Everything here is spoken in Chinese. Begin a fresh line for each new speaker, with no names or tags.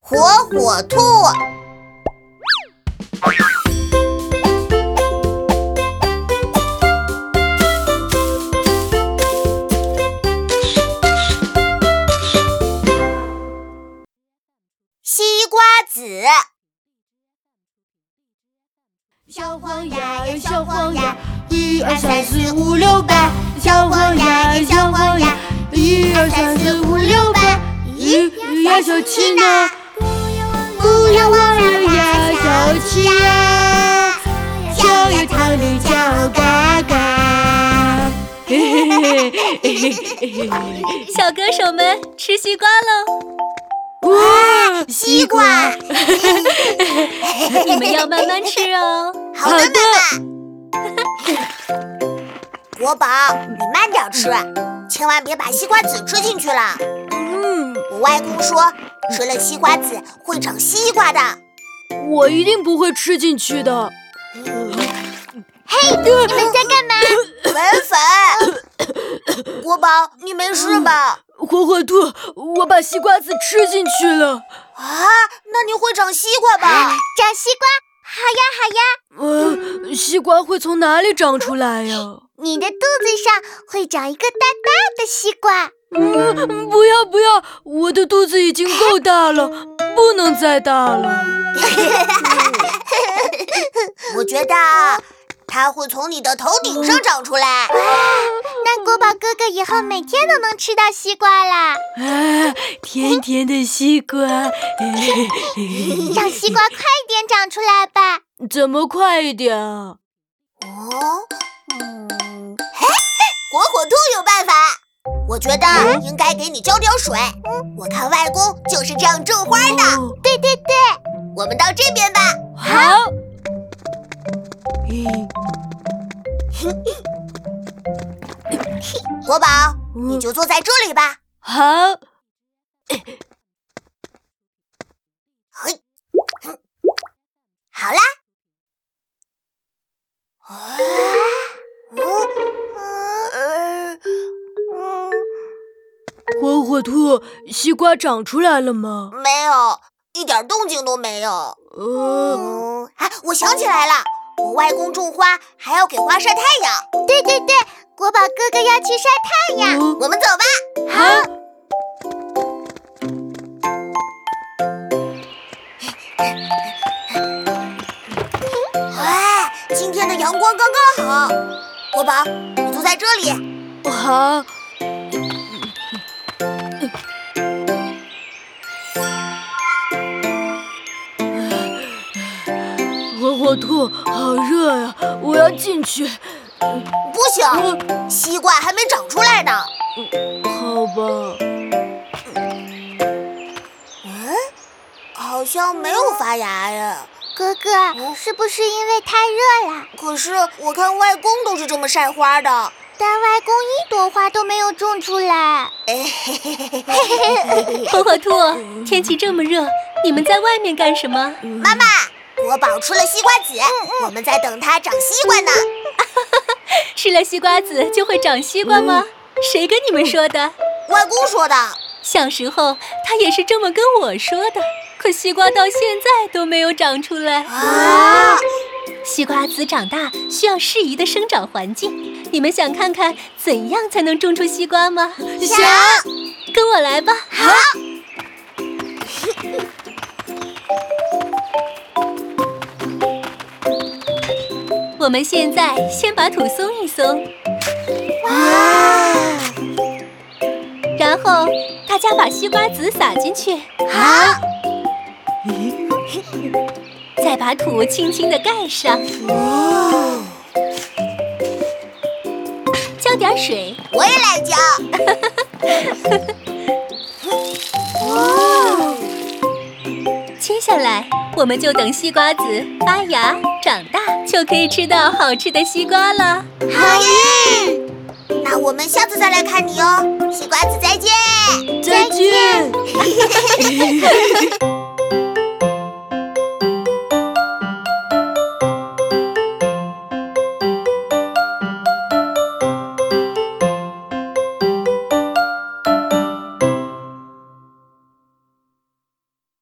火火兔。西瓜子，
小黄鸭儿，小黄鸭，一二三四五六八。小黄鸭儿，小黄鸭，一二三四五六八。鱼呀小七呢？不要忘了呀，小七呀，小鸭糖里叫嘎嘎。嘿嘿嘿嘿嘿嘿嘿嘿！
小歌手们吃西瓜喽！
哇，
西瓜，
你们要慢慢吃 哦。
好的，妈妈。国宝，你慢点吃，千万别把西瓜籽吃进去了。
嗯，
我外公说，吃了西瓜籽会长西瓜的。
哎
我一定不会吃进去的。
你们在 干嘛？
粉粉，国宝，你没事吧？
火火兔，我把西瓜籽吃进去了。
啊，那你会长西瓜吧？
嗯长西瓜，好呀好呀。
呃，西瓜会从哪里长出来呀？
你的肚子上会长一个大大的西瓜。
嗯，不要不要，我的肚子已经够大了，不能再大了。
我觉得它会从你的头顶上长出来。
啊那国宝哥哥以后每天都能吃到西瓜 啦，
啊，甜甜的西瓜， 嘿嘿嘿
让西瓜快点长出来吧。
怎么快一点啊？
哦，嗯，嘿，火火兔有办法。我觉得应该给你浇点水。我看外公就是这样种花的。
哦，
我们到这边吧。
好。嘿
国宝，
嗯
你就坐在这里吧。
好，
嘿，好啦。啊，哦，呃，嗯，
火火兔，西瓜长出来了吗？
没有，一点动静都没有。
呃，
嗯，哎，我想起来了，我外公种花还要给花晒太阳。嗯
对对对，国宝哥哥要去晒太阳。
我们走吧。
好，
哎，今天的阳光刚刚好。国宝，你坐在这里。
好，火火兔，好热呀、我要进去。啊
不行，西瓜还没长出来呢。
好吧，
嗯，好像没有发芽呀。嗯
哥哥，是不是因为太热了？
可是我看外公都是这么晒花的。
但外公一朵花都没有种出来。
火火兔，天气这么热，你们在外面干什么？
嗯
妈妈，国宝吃了西瓜籽，我们在等它长西瓜呢。
吃了西瓜籽就会长西瓜吗？谁跟你们说的？
外公说的。
小时候他也是这么跟我说的，可西瓜到现在都没有长出来。
啊，
西瓜籽长大需要适宜的生长环境，你们想看看怎样才能种出西瓜吗？
想
跟我来吧。好。 我们现在先把土松一松，然后大家把西瓜籽撒进去，
好，
再把土轻轻地盖上，浇点水，
我也来教。
接下来，我们就等西瓜籽发芽长大，就可以吃到好吃的西瓜了。
好耶！那我们下次再来看你哦，西瓜子再见。
再见。